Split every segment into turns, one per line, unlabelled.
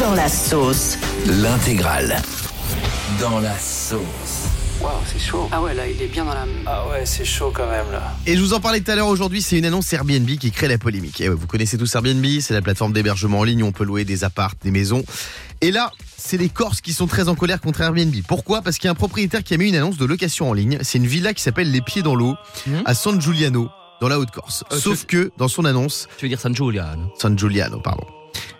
Dans la sauce.
L'intégrale. Dans la sauce.
Waouh, c'est chaud.
Ah ouais, là, il est bien dans la.
Ah ouais, c'est chaud quand même là.
Et je vous en parlais tout à l'heure aujourd'hui, c'est une annonce Airbnb qui crée la polémique. Et ouais, vous connaissez tous Airbnb, c'est la plateforme d'hébergement en ligne où on peut louer des appartes, des maisons. Et là, c'est les Corses qui sont très en colère contre Airbnb. Pourquoi Parce qu'il y a un propriétaire qui a mis une annonce de location en ligne. C'est une villa qui s'appelle Les Pieds dans l'eau, à San Giuliano, dans la Haute-Corse.
Euh,
Sauf
c'est-
que, dans son annonce,
Tu veux dire San Julian
San Giuliano, pardon.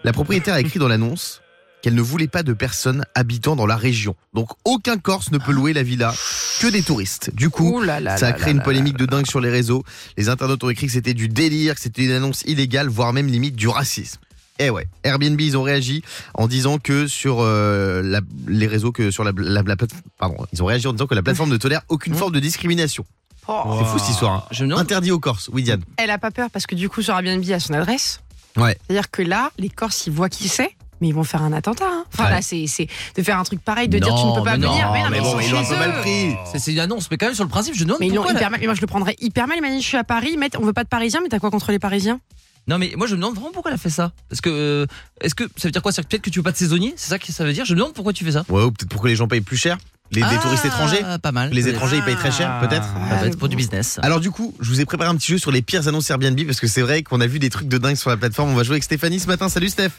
La propriétaire a écrit dans l'annonce qu'elle ne voulait pas de personnes habitant dans la région. Donc aucun Corse ne peut louer la villa, que des touristes. Du coup,
Ouh là là.
ça a
là
créé
là
une
là.
polémique de dingue sur les réseaux. Les internautes ont écrit que c'était du délire, que c'était une annonce illégale, voire même limite du racisme. Eh ouais, Airbnb, ils ont réagi en disant que sur euh, la- les réseaux, que sur la, la, la plate- pardon, ils ont réagi en disant que la plateforme ne tolère
Mmh.
aucune forme de discrimination. C'est fou cette histoire. hein.
Je me demande-
Interdit aux Corses, oui Diane.
Elle a pas peur parce que du coup, sur Airbnb, à son adresse.
Ouais.
C'est-à-dire que là, les Corses, ils voient qui c'est. Mais ils vont faire un attentat. hein. Enfin
Ouais.
là, c'est c'est de faire un truc pareil, de dire tu ne
Non,
peux pas
mais
venir.
non,
mais
mais
Ah, mais
bon,
ils
ils
sont
l'ont un
chez
peu
mal
eux.
pris.
C'est- C'est une annonce, mais quand même sur le principe, je me demande
Mais ils l'ont
pourquoi. la-
hyper mal. Moi, je le prendrais hyper mal. Il m'a dit, je suis à Paris. mais on veut pas de Parisiens, mais t'as quoi contre les Parisiens
Non, mais moi je me demande vraiment pourquoi elle a fait ça. Parce que euh, est-ce que ça veut dire quoi C'est peut-être que tu veux pas de saisonnier C'est ça que ça veut dire Je me demande pourquoi tu fais ça.
Ouais, ou peut-être pour que les gens payent plus cher. Les, les
Ah,
touristes étrangers.
Pas mal.
Les étrangers, Ah. ils payent très cher, peut-être.
Ah, Ça va
Ouais,
être pour
bon.
du business.
Alors du coup, je vous ai préparé un petit jeu sur les pires annonces Airbnb parce que c'est vrai qu'on a vu des trucs de dingue sur la plateforme. On va jouer avec Stéphanie ce matin. Salut Steph.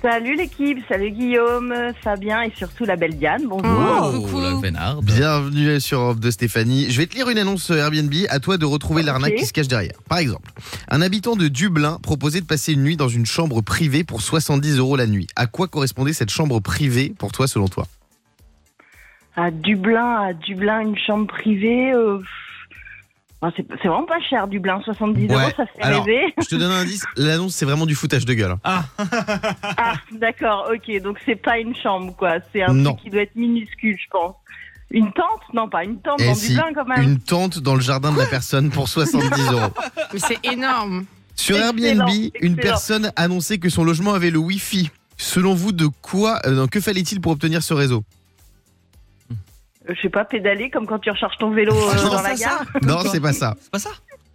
Salut l'équipe, salut Guillaume, Fabien et surtout la belle Diane. Bonjour.
Oh,
Oh,
coucou.
la vénarde.
Bienvenue sur Europe de Stéphanie. Je vais te lire une annonce euh, Airbnb, à toi de retrouver l'arnaque qui se cache derrière. Par exemple, un habitant de Dublin proposait de passer une nuit dans une chambre privée pour 70 euros la nuit. À quoi correspondait cette chambre privée pour toi selon toi
À Dublin, à Dublin, une chambre privée. euh, pff, ah, c'est c'est vraiment pas cher, Dublin, 70 euros,
Ouais,
ça fait
alors-
rêver.
Je te donne un indice, l'annonce c'est vraiment du foutage de gueule. hein.
Ah, d'accord, ok, donc c'est pas une chambre quoi, c'est un
Non.
truc qui doit être minuscule, je pense. Une tente Non, pas une tente,
Eh
dans
si,
Dublin quand même.
Une tente dans le jardin de la personne pour 70 euros.
Mais c'est énorme.
Sur
Excellent,
Airbnb, une
excellent.
personne annonçait que son logement avait le Wi-Fi. Selon vous, de quoi, euh, non, que fallait-il pour obtenir ce réseau
Euh, Je sais pas, pédaler comme quand tu recharges ton vélo euh,
Ah Non,
dans
ça,
la
ça.
gare.
Non, c'est pas ça.
C'est pas ça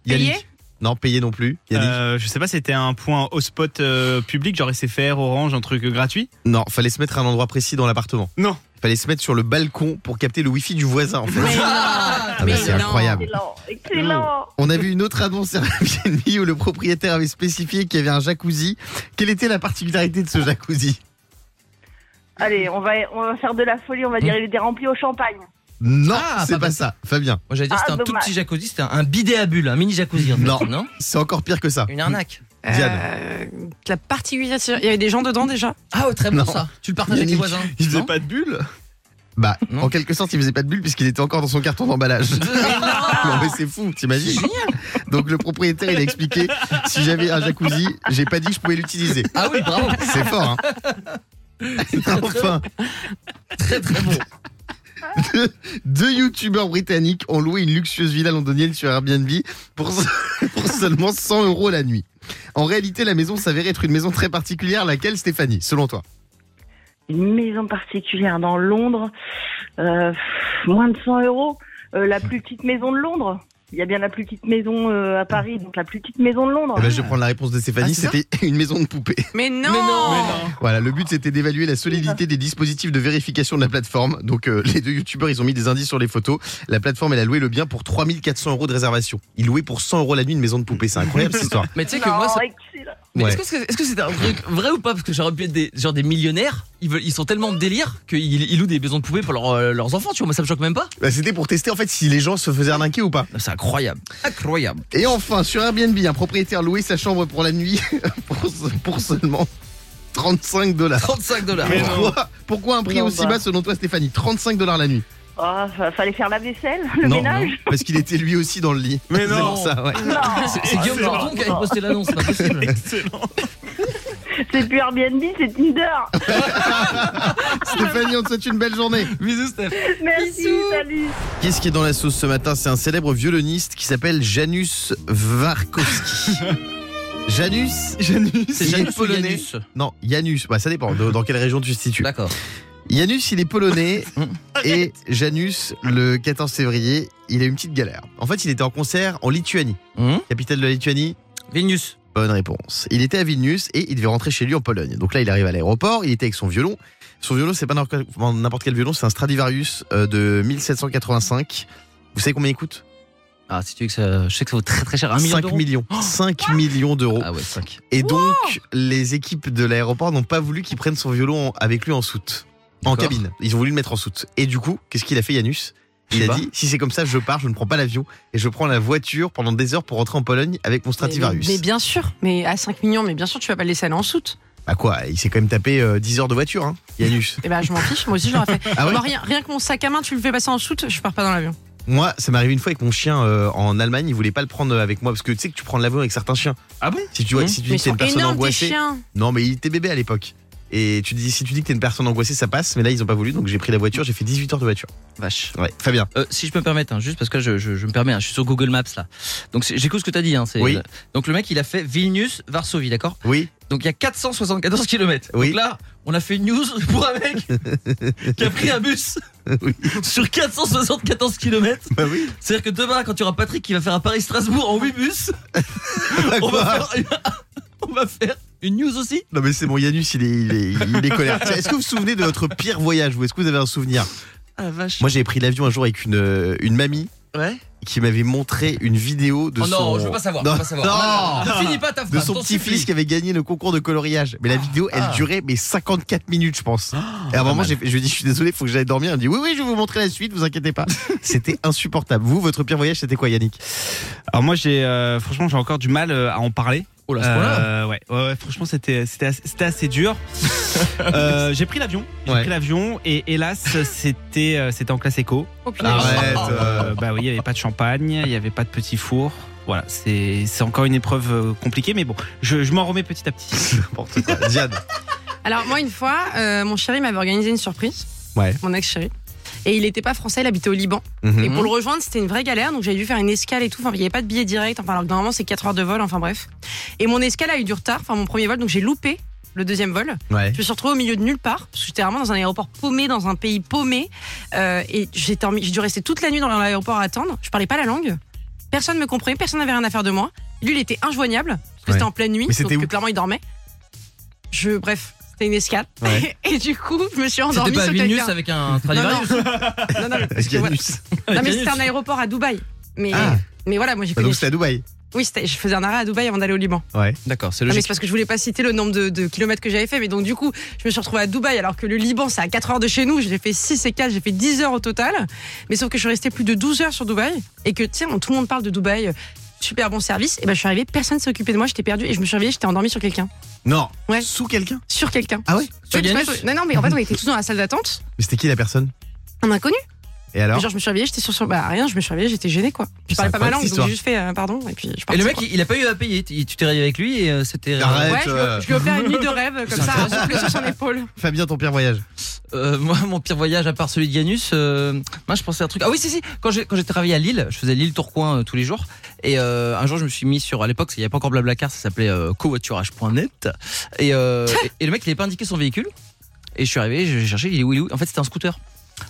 Yannick.
Payé
Non, payé non plus. Yannick.
Euh, je sais pas, c'était un point hotspot euh, public, genre SFR, Orange, un truc euh, gratuit.
Non, fallait se mettre à un endroit précis dans l'appartement.
Non.
Fallait se mettre sur le balcon pour capter le Wi-Fi du voisin. En fait.
Ah,
Ah, mais c'est incroyable.
bah, Excellent, excellent.
On a vu une autre annonce sur Airbnb où le propriétaire avait spécifié qu'il y avait un jacuzzi. Quelle était la particularité de ce jacuzzi
Allez, on va, on va faire de la folie, on
Hum.
va dire il était rempli au champagne.
Non,
Ah,
c'est
pas
pas
mal.
ça. Fabien,
Moi j'allais dire
Ah,
c'était un tout
dommage.
petit jacuzzi, c'était un, un bidet à bulles, un mini jacuzzi. en fait.
Non.
non
c'est encore pire que ça.
Une arnaque.
Euh, la particularité, il y avait des gens dedans déjà.
Ah ouais, très bon
Non.
ça. Tu le partages avec tes
Yannick,
voisins.
Il faisait
Non
pas de bulle Bah,
Non.
en quelque sorte, il faisait pas de bulle puisqu'il était encore dans son carton d'emballage. non mais c'est fou, t'imagines Donc le propriétaire, il a expliqué si j'avais un jacuzzi, j'ai pas dit que je pouvais l'utiliser.
Ah oui, bravo.
C'est fort, hein Enfin,
Très très bon.
deux youtubeurs britanniques ont loué une luxueuse villa londonienne sur Airbnb pour, se- pour seulement 100 euros la nuit. En réalité, la maison s'avérait être une maison très particulière, laquelle, Stéphanie, selon toi
une maison particulière dans Londres, euh, pff, moins de 100 euros, Euh, la plus petite maison de Londres. Il y a bien la plus petite maison euh, à Paris, donc la plus petite maison de Londres.
Eh ben, Je vais prendre la réponse de Stéphanie,
Oh. Ah, c'est ça
c'était une maison de poupée.
Mais non,
Voilà, le but c'était d'évaluer la solidité des dispositifs de vérification de la plateforme. Donc euh, les deux youtubeurs, ils ont mis des indices sur les photos. La plateforme, elle a loué le bien pour 3400 euros de réservation. Ils louaient pour 100 euros la nuit une maison de poupée. C'est incroyable cette histoire.
Mais tu sais que
Non,
moi, ça-
excellent.
Mais
Ouais.
est-ce que c'est- est-ce que c'était un truc vrai ou pas Parce que j'aurais pu être des, genre des millionnaires, ils, veulent, ils sont tellement en délire qu'ils ils louent des maisons de poupées pour leurs- euh, leurs enfants, tu vois, moi ça me choque même pas.
Bah, c'était pour tester en fait si les gens se faisaient arnaquer ou pas.
C'est incroyable. Incroyable.
Et enfin, sur Airbnb, un propriétaire louait sa chambre pour la nuit pour, pour seulement 35 dollars.
35 dollars.
Mais non.
Pourquoi, pourquoi un prix
Non,
aussi
bah.
bas selon toi Stéphanie 35 dollars la nuit
Ah, fa- fallait faire la vaisselle, le
Non,
ménage.
non, parce qu'il était lui aussi dans le lit.
Mais
C'est
non.
pour ça, ouais.
C'est Ah, c'est Guillaume Janton qui avait posté l'annonce, c'est pas possible.
Excellent.
C'est plus Airbnb, c'est Tinder.
Stéphanie, on te souhaite une belle journée.
Bisous Steph.
Merci,
Bisous.
salut.
Qu'est-ce qui est dans la sauce ce matin C'est un célèbre violoniste qui s'appelle Janus Varkowski. Janus Janus
C'est
il est
Janus ou
polonais. Bah.
Janus
Non, Janus, bah, ça dépend de- dans quelle région tu te situes.
D'accord.
Janus, il est polonais et Janus, le 14 février, il a eu une petite galère. En fait, il était en concert en Lituanie,
Hum
capitale de la Lituanie.
Vilnius.
Bonne réponse. Il était à Vilnius et il devait rentrer chez lui en Pologne. Donc là, il arrive à l'aéroport, il était avec son violon. Son violon, c'est pas n'importe quel- n'importe quel violon, c'est un Stradivarius euh, de 1785. Vous savez combien il coûte
Ah, si tu veux que ça. Je sais que ça vaut très très cher. Un million
5
d'euros. Oh,
millions. 5 millions d'euros.
Ah ouais, 5.
Et donc, les équipes de l'aéroport n'ont pas voulu qu'il prenne son violon en- avec lui en soute, en
D'accord.
cabine. Ils ont voulu le mettre en soute. Et du coup, qu'est-ce qu'il a fait, Yanus
Je
Il
sais
a
pas.
dit si c'est comme ça, je pars, je ne prends pas l'avion et je prends la voiture pendant des heures pour rentrer en Pologne avec mon Stradivarius.
Mais, mais bien sûr, mais à 5 millions, mais bien sûr, tu vas pas le laisser aller en soute.
Bah quoi Il s'est quand même tapé euh, 10 heures de voiture, hein, Yanus.
Et ben, je m'en fiche, moi aussi, je l'aurais fait.
Ah ouais
Moi, rien, rien que mon sac à main, tu le fais passer en soute, je pars pas dans l'avion.
Moi, ça m'est arrivé une fois avec mon chien euh, en Allemagne. Il voulait pas le prendre euh, avec moi parce que tu sais que tu prends l'avion avec certains chiens.
Ah bon
Si tu vois,
Mmh.
si tu
Mais
dis que t'es
ils sont
une personne
énormes, tes
angoissée.
chiens.
Non, mais il était bébé à l'époque. Et tu dis, si tu dis que t'es une personne angoissée, ça passe. Mais là, ils ont pas voulu, donc j'ai pris la voiture. J'ai fait 18 heures de voiture.
Vache.
Ouais, Fabien.
Euh, si je peux me permettre, hein, juste parce que je, je- je me permets, hein, je suis sur Google Maps là. Donc c'est- j'écoute ce que t'as dit. Hein, c'est-
Oui.
Donc le mec il a fait Vilnius, Varsovie, d'accord
Oui.
Donc il y a 474 km.
Oui.
Donc là, on a fait une news pour un mec qui a pris un bus
Oui.
sur 474 km.
Bah oui.
C'est-à-dire que demain, quand tu auras Patrick qui va faire un Paris-Strasbourg en 8 bus, on va, faire, on va faire une news aussi
Non, mais c'est bon, Yanus, il est, il est, il est colère. Tiens, Est-ce que vous vous souvenez de votre pire voyage ou est-ce que vous avez un souvenir
Ah vache.
Moi, j'ai pris l'avion un jour avec une, euh, une mamie
Ouais.
qui m'avait montré une vidéo de
Oh
son.
non, je veux pas savoir. je
Non.
veux pas savoir.
Non.
Non, non, non, finis pas ta
de
phrase,
son
t'en
petit-fils
supplie.
qui avait gagné le concours de coloriage. Mais la vidéo, elle durait mais 54 minutes, je pense. et à un moment, j'ai fait- je lui ai dit, je suis désolé, faut que j'aille dormir. Elle me dit, oui, oui, je vais vous montrer la suite, vous inquiétez pas. c'était insupportable. Vous, votre pire voyage, c'était quoi, Yannick
Alors moi j'ai euh, franchement j'ai encore du mal euh, à en parler.
Oh là, à ce point-là.
Euh, ouais, ouais, ouais, franchement c'était c'était assez, c'était assez dur. Euh, j'ai pris l'avion, j'ai
Ouais.
pris l'avion et hélas c'était euh, c'était en classe éco.
Oh,
Ah
punaise.
Arrête, euh.
bah oui, il y avait pas de champagne, il y avait pas de petit four. Voilà, c'est c'est encore une épreuve euh, compliquée, mais bon, je, je m'en remets petit à petit.
N'importe quoi. Diane.
Alors, moi, une fois, euh, mon chéri m'avait organisé une surprise.
Ouais. Mhm.
Mon ex-chéri. Et il n'était pas français, il habitait au Liban. Et pour le rejoindre, c'était une vraie galère. Donc j'avais dû faire une escale et tout. Enfin, il n'y avait pas de billet direct. Enfin, alors que normalement, c'est 4 heures de vol. Enfin, bref. Et mon escale a eu du retard. Enfin, mon premier vol. Donc j'ai loupé le deuxième vol.
Ouais.
Je me suis retrouvée au milieu de nulle part. Parce que j'étais vraiment dans un aéroport paumé, dans un pays paumé. Euh, et j'étais en- j'ai dû rester toute la nuit dans l'aéroport à attendre. Je parlais pas la langue. Personne me comprenait. Personne n'avait rien à faire de moi. Lui, il était injoignable. Parce que
Ouais.
c'était en pleine nuit.
Mais c'était où
donc que clairement, il dormait. Je, bref, c'était une escale.
Ouais.
et du coup, je me
C'était
suis endormie
pas à
sur
Vilnius
quelqu'un.
avec un Stradivarius
Non, non, mais- parce que, voilà.
Yanus.
Non, mais
Avec
c'était un
Vilnius.
aéroport à Dubaï. Mais,
Ah.
mais voilà, moi j'ai
Bah,
connu.
donc c'était à Dubaï.
Oui, c'était- je faisais un arrêt à Dubaï avant d'aller au Liban.
D'accord, c'est
Non, mais
logique.
c'est parce que je voulais pas citer le nombre de, de kilomètres que j'avais fait. Mais donc, du coup, je me suis retrouvée à Dubaï alors que le Liban, c'est à 4 heures de chez nous. J'ai fait 6 et 4, j'ai fait 10 heures au total. Mais sauf que je suis restée plus de 12 heures sur Dubaï et que, tu sais, on- tout le monde parle de Dubaï. euh, Super bon service. Et ben, je suis arrivée, personne s'est occupé de moi, j'étais perdue et je me suis réveillée, j'étais endormie sur quelqu'un.
Non.
Ouais.
Sous quelqu'un
Sur quelqu'un.
Ah ouais
Sur
parce
Yanus
que- Non, non, mais en fait, on était tous dans la salle d'attente.
Mais c'était qui la personne
Un inconnu.
Et alors
Genre, je me suis réveillée, j'étais sur, sur. Bah, rien, je me suis réveillée, j'étais gênée, quoi. Je
C'est
parlais pas ma
incroyable,
langue,
cette
donc j'ai juste fait, euh, pardon, et puis je
Et le
partais,
mec,
quoi.
il, il a pas eu à payer. Tu tu t'es réveillé avec lui et euh, c'était. euh,
Arrête.
Ouais, je,
euh.
lui- je lui ai offert une nuit de rêve, comme ça, un souffle sur son épaule.
Fabien, ton pire voyage
Euh, moi, mon pire voyage, à part celui de Yanus, euh, moi, je pensais à un truc. Ah oui, si, si. Quand j'ai, quand j'ai travaillé à Lille, je faisais Lille-Tourcoing euh, tous les jours. Et euh, un jour, je me suis mis sur. À l'époque, il n'y avait pas encore Blablacar, ça s'appelait euh, covoiturage.net. Et, euh, et, et le mec, il n'avait pas indiqué son véhicule. Et je suis arrivé, j'ai cherché, il est où, il est où En fait, c'était un scooter.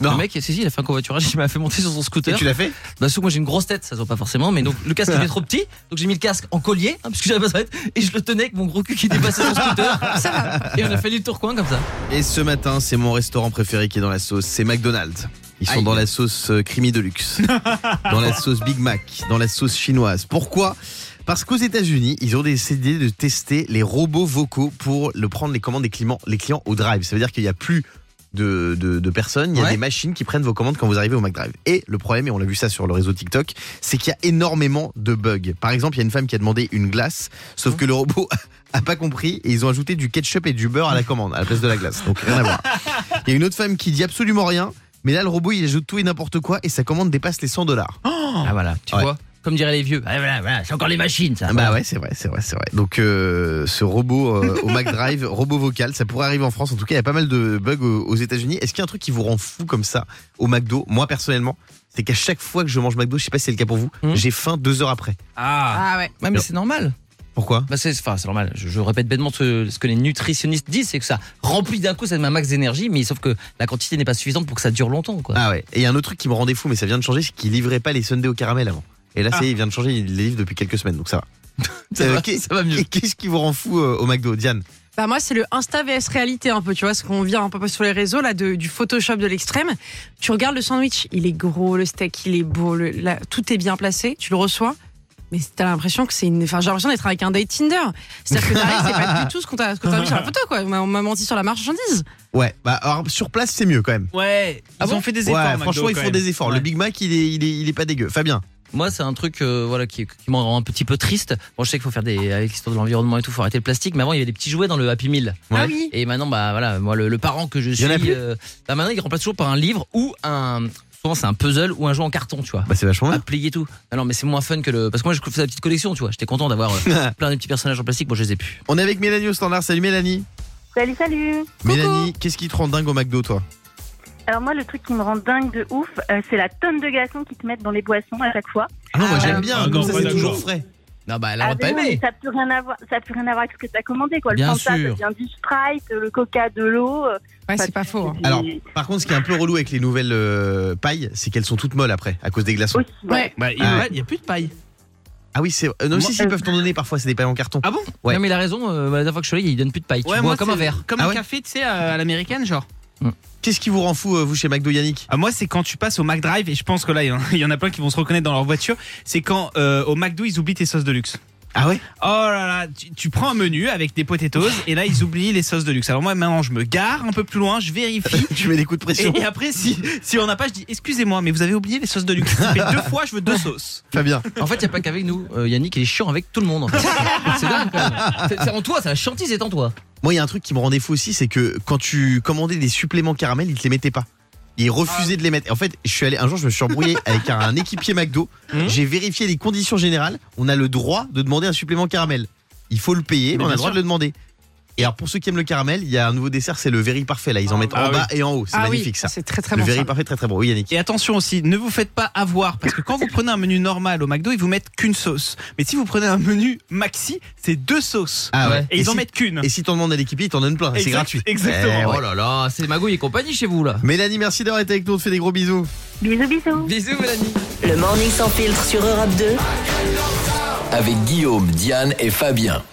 Le mec, si, si, il a fait un covoiturage, il m'a fait monter sur son
Et
scooter.
tu l'as fait
Bah, sauf que moi j'ai une grosse tête, ça se voit pas forcément, mais donc le casque était trop petit, donc j'ai mis le casque en collier, hein, parce que j'avais pas sa tête, et je le tenais avec mon gros cul qui dépassait son scooter.
Ça va.
Et on a fait le tour coin comme ça.
Et ce matin, c'est mon restaurant préféré qui est dans la sauce, c'est McDonald's. Ils sont
Aïe.
dans la sauce euh, creamy de luxe, dans la sauce Big Mac, dans la sauce chinoise. Pourquoi Parce qu'aux États-Unis, ils ont décidé de tester les robots vocaux pour le prendre les commandes des clients, les clients au drive. Ça veut dire qu'il n'y a plus de, de- de personnes, il y a
Ouais.
des machines qui prennent vos commandes quand vous arrivez au McDrive. Et le problème, et on l'a vu ça sur le réseau TikTok, c'est qu'il y a énormément de bugs. Par exemple, il y a une femme qui a demandé une glace,
Hein
sauf que le robot a pas compris et ils ont ajouté du ketchup et du beurre à la commande à la place de la glace. Donc rien à voir. Il y a une autre femme qui dit absolument rien, mais là le robot il ajoute tout et n'importe quoi et sa commande dépasse les 100 dollars.
Ah voilà, tu
Ouais.
vois, comme diraient les vieux. Ah, voilà, voilà, c'est encore les machines ça.
Bah ouais, c'est vrai, c'est vrai, c'est vrai. Donc euh, ce robot euh, au McDrive, robot vocal, ça pourrait arriver en France. En tout cas, il y a pas mal de bugs aux, aux États-Unis. Est-ce qu'il y a un truc qui vous rend fou comme ça au McDo Moi personnellement, c'est qu'à chaque fois que je mange McDo, je sais pas si c'est le cas pour vous,
Mhm.
j'ai faim deux heures après.
Ah.
Ah ouais.
Ouais, mais c'est normal.
Pourquoi
Bah, c'est, enfin, c'est normal. Je, je répète bêtement ce, ce que les nutritionnistes disent, c'est que ça remplit d'un coup, ça met un max d'énergie, mais sauf que la quantité n'est pas suffisante pour que ça dure longtemps, quoi.
Ah ouais. Et il y a un autre truc qui me rendait fou, mais ça vient de changer, c'est qu'ils livraient pas les Sundays au caramel avant. Et là, c'est il vient de changer, ils les livrent depuis quelques semaines, donc ça va.
Ça
Euh,
va,
qu'est-
ça va mieux.
Et qu'est-ce qui vous rend fou euh, au McDo, Diane
Bah moi, c'est le Insta VS réalité un peu, tu vois, ce qu'on vient un peu sur les réseaux là de- du Photoshop de l'extrême. Tu regardes le sandwich, il est gros, le steak, il est beau, le- là, tout est bien placé, tu le reçois. Mais t'as l'impression que c'est une. Enfin, j'ai l'impression d'être avec un date Tinder. C'est-à-dire que derrière, c'est pas du tout ce qu'on t'a ce qu'on t'a mis sur la photo, quoi. On m'a- on m'a menti sur la marchandise.
Ouais, bah alors sur place c'est mieux quand même.
Ouais, ils
Ah bon
ont fait des
Ouais,
efforts.
franchement ils font des efforts. Le Big Mac il est, il est, il est pas dégueu. Fabien,
Moi, c'est un truc euh, voilà qui, qui me rend un petit peu triste. Bon, je sais qu'il faut faire des avec l'histoire de l'environnement et tout, faut arrêter le plastique. Mais avant, il y avait des petits jouets dans le Happy Meal.
Ah oui.
Et maintenant, bah voilà, moi le, le parent que je suis,
y en a plus
euh, bah, maintenant il remplace toujours par un livre ou un souvent c'est un puzzle ou un jeu en carton, tu vois.
bah c'est vachement
à plier tout. Ah non, mais c'est moins fun que le. Parce que moi, je fais la petite collection, tu vois. J'étais content d'avoir euh, plein de petits personnages en plastique. Bon, je les ai plus.
Ah, On est avec Mélanie au standard. Salut Mélanie.
Salut, salut.
Mélanie, qu'est-ce qui te rend dingue au McDo toi
Alors moi, le truc qui me rend dingue de ouf, euh, c'est la tonne de glaçons qui te mettent dans les boissons à chaque fois.
Ah non, moi j'aime
euh,
bien.
ah
comme
non,
ça
pas
c'est
d'accord.
toujours frais.
Non, bah, elle a
Ah,
pas
mais non,
aimé.
Ça n'a plus rien à voir. Ça a plus rien à voir avec ce que tu as commandé, quoi. Le
Bien
Fanta,
sûr.
ça devient du Sprite, le Coca, de l'eau. euh,
Ouais, c'est pas faux. hein.
puis-
Alors, par contre, ce qui est un peu relou avec les nouvelles euh, pailles, c'est qu'elles sont toutes molles après, à cause des glaçons.
aussi, ouais.
Ouais.
Bah, il
Ah.
n'y a plus de paille.
Ah oui, c'est. euh, non,
Moi-
si, si, ils peuvent t'en donner parfois, c'est des pailles en carton.
Ah bon
Ouais.
Non, mais il a raison. euh, la dernière fois que je suis allé, il donne plus de paille. tu bois comme un
c'est
verre.
Comme
Ah
un
ouais
café, tu sais, à, à l'américaine, genre.
Qu'est-ce qui vous rend fou, euh, vous, chez McDo Yannick
Ah, moi, c'est quand tu passes au McDrive, et je pense que là, il y en- il y, en a plein qui vont se reconnaître dans leur voiture. C'est quand euh, au McDo, ils oublient tes sauces de luxe.
Ah ouais
Oh là là, tu, tu prends un menu avec des potatoes, et là, ils oublient les sauces de luxe. Alors moi, maintenant, je me gare un peu plus loin, je vérifie.
Tu mets des coups de
Et,
pression.
et après, si, si on n'a pas, je dis excusez-moi, mais vous avez oublié les sauces de luxe. Ça fait deux fois, je veux deux sauces.
Fabien.
En fait, il n'y a pas qu'avec nous. Euh, Yannick, il est chiant avec tout le monde. en fait. c'est dingue, quand même. C'est- C'est en toi, c'est la chantise est en toi.
Moi, il y a un truc qui me rendait fou aussi, c'est que quand tu commandais des suppléments caramel, ils te les mettaient pas. Ils refusaient de les mettre. En fait, je suis allé un jour, je me suis embrouillé avec un, un équipier McDo.
Mhm.
J'ai vérifié les conditions générales. On a le droit de demander un supplément caramel. Il faut le payer, mais,
Mais
on a
bien
le droit
sûr.
de le demander. Et alors pour ceux qui aiment le caramel, il y a un nouveau dessert, c'est le Very Parfait. Là, ils en mettent en
Ah
bas et en haut. C'est
Ah oui,
magnifique ça.
C'est très très
Le
bon.
Very
ça.
Parfait, très très bon. Oui, Yannick.
Et attention aussi, ne vous faites pas avoir, parce que quand vous prenez un menu normal au McDo, ils vous mettent qu'une sauce. Mais si vous prenez un menu maxi, c'est deux sauces.
Ah
ouais.
Et ils en
si-
mettent qu'une.
Et si t'en demandes à l'équipier, ils t'en donnent plein. C'est
Exact-
gratuit.
exactement.
Eh ouais.
Oh là là, c'est Magouille et compagnie chez vous là.
Mélanie, merci d'avoir été avec nous. On te fait des gros bisous.
Bisous, bisous.
Bisous, Mélanie.
Le morning sans filtre sur Europe 2.
Avec Guillaume, Diane et Fabien.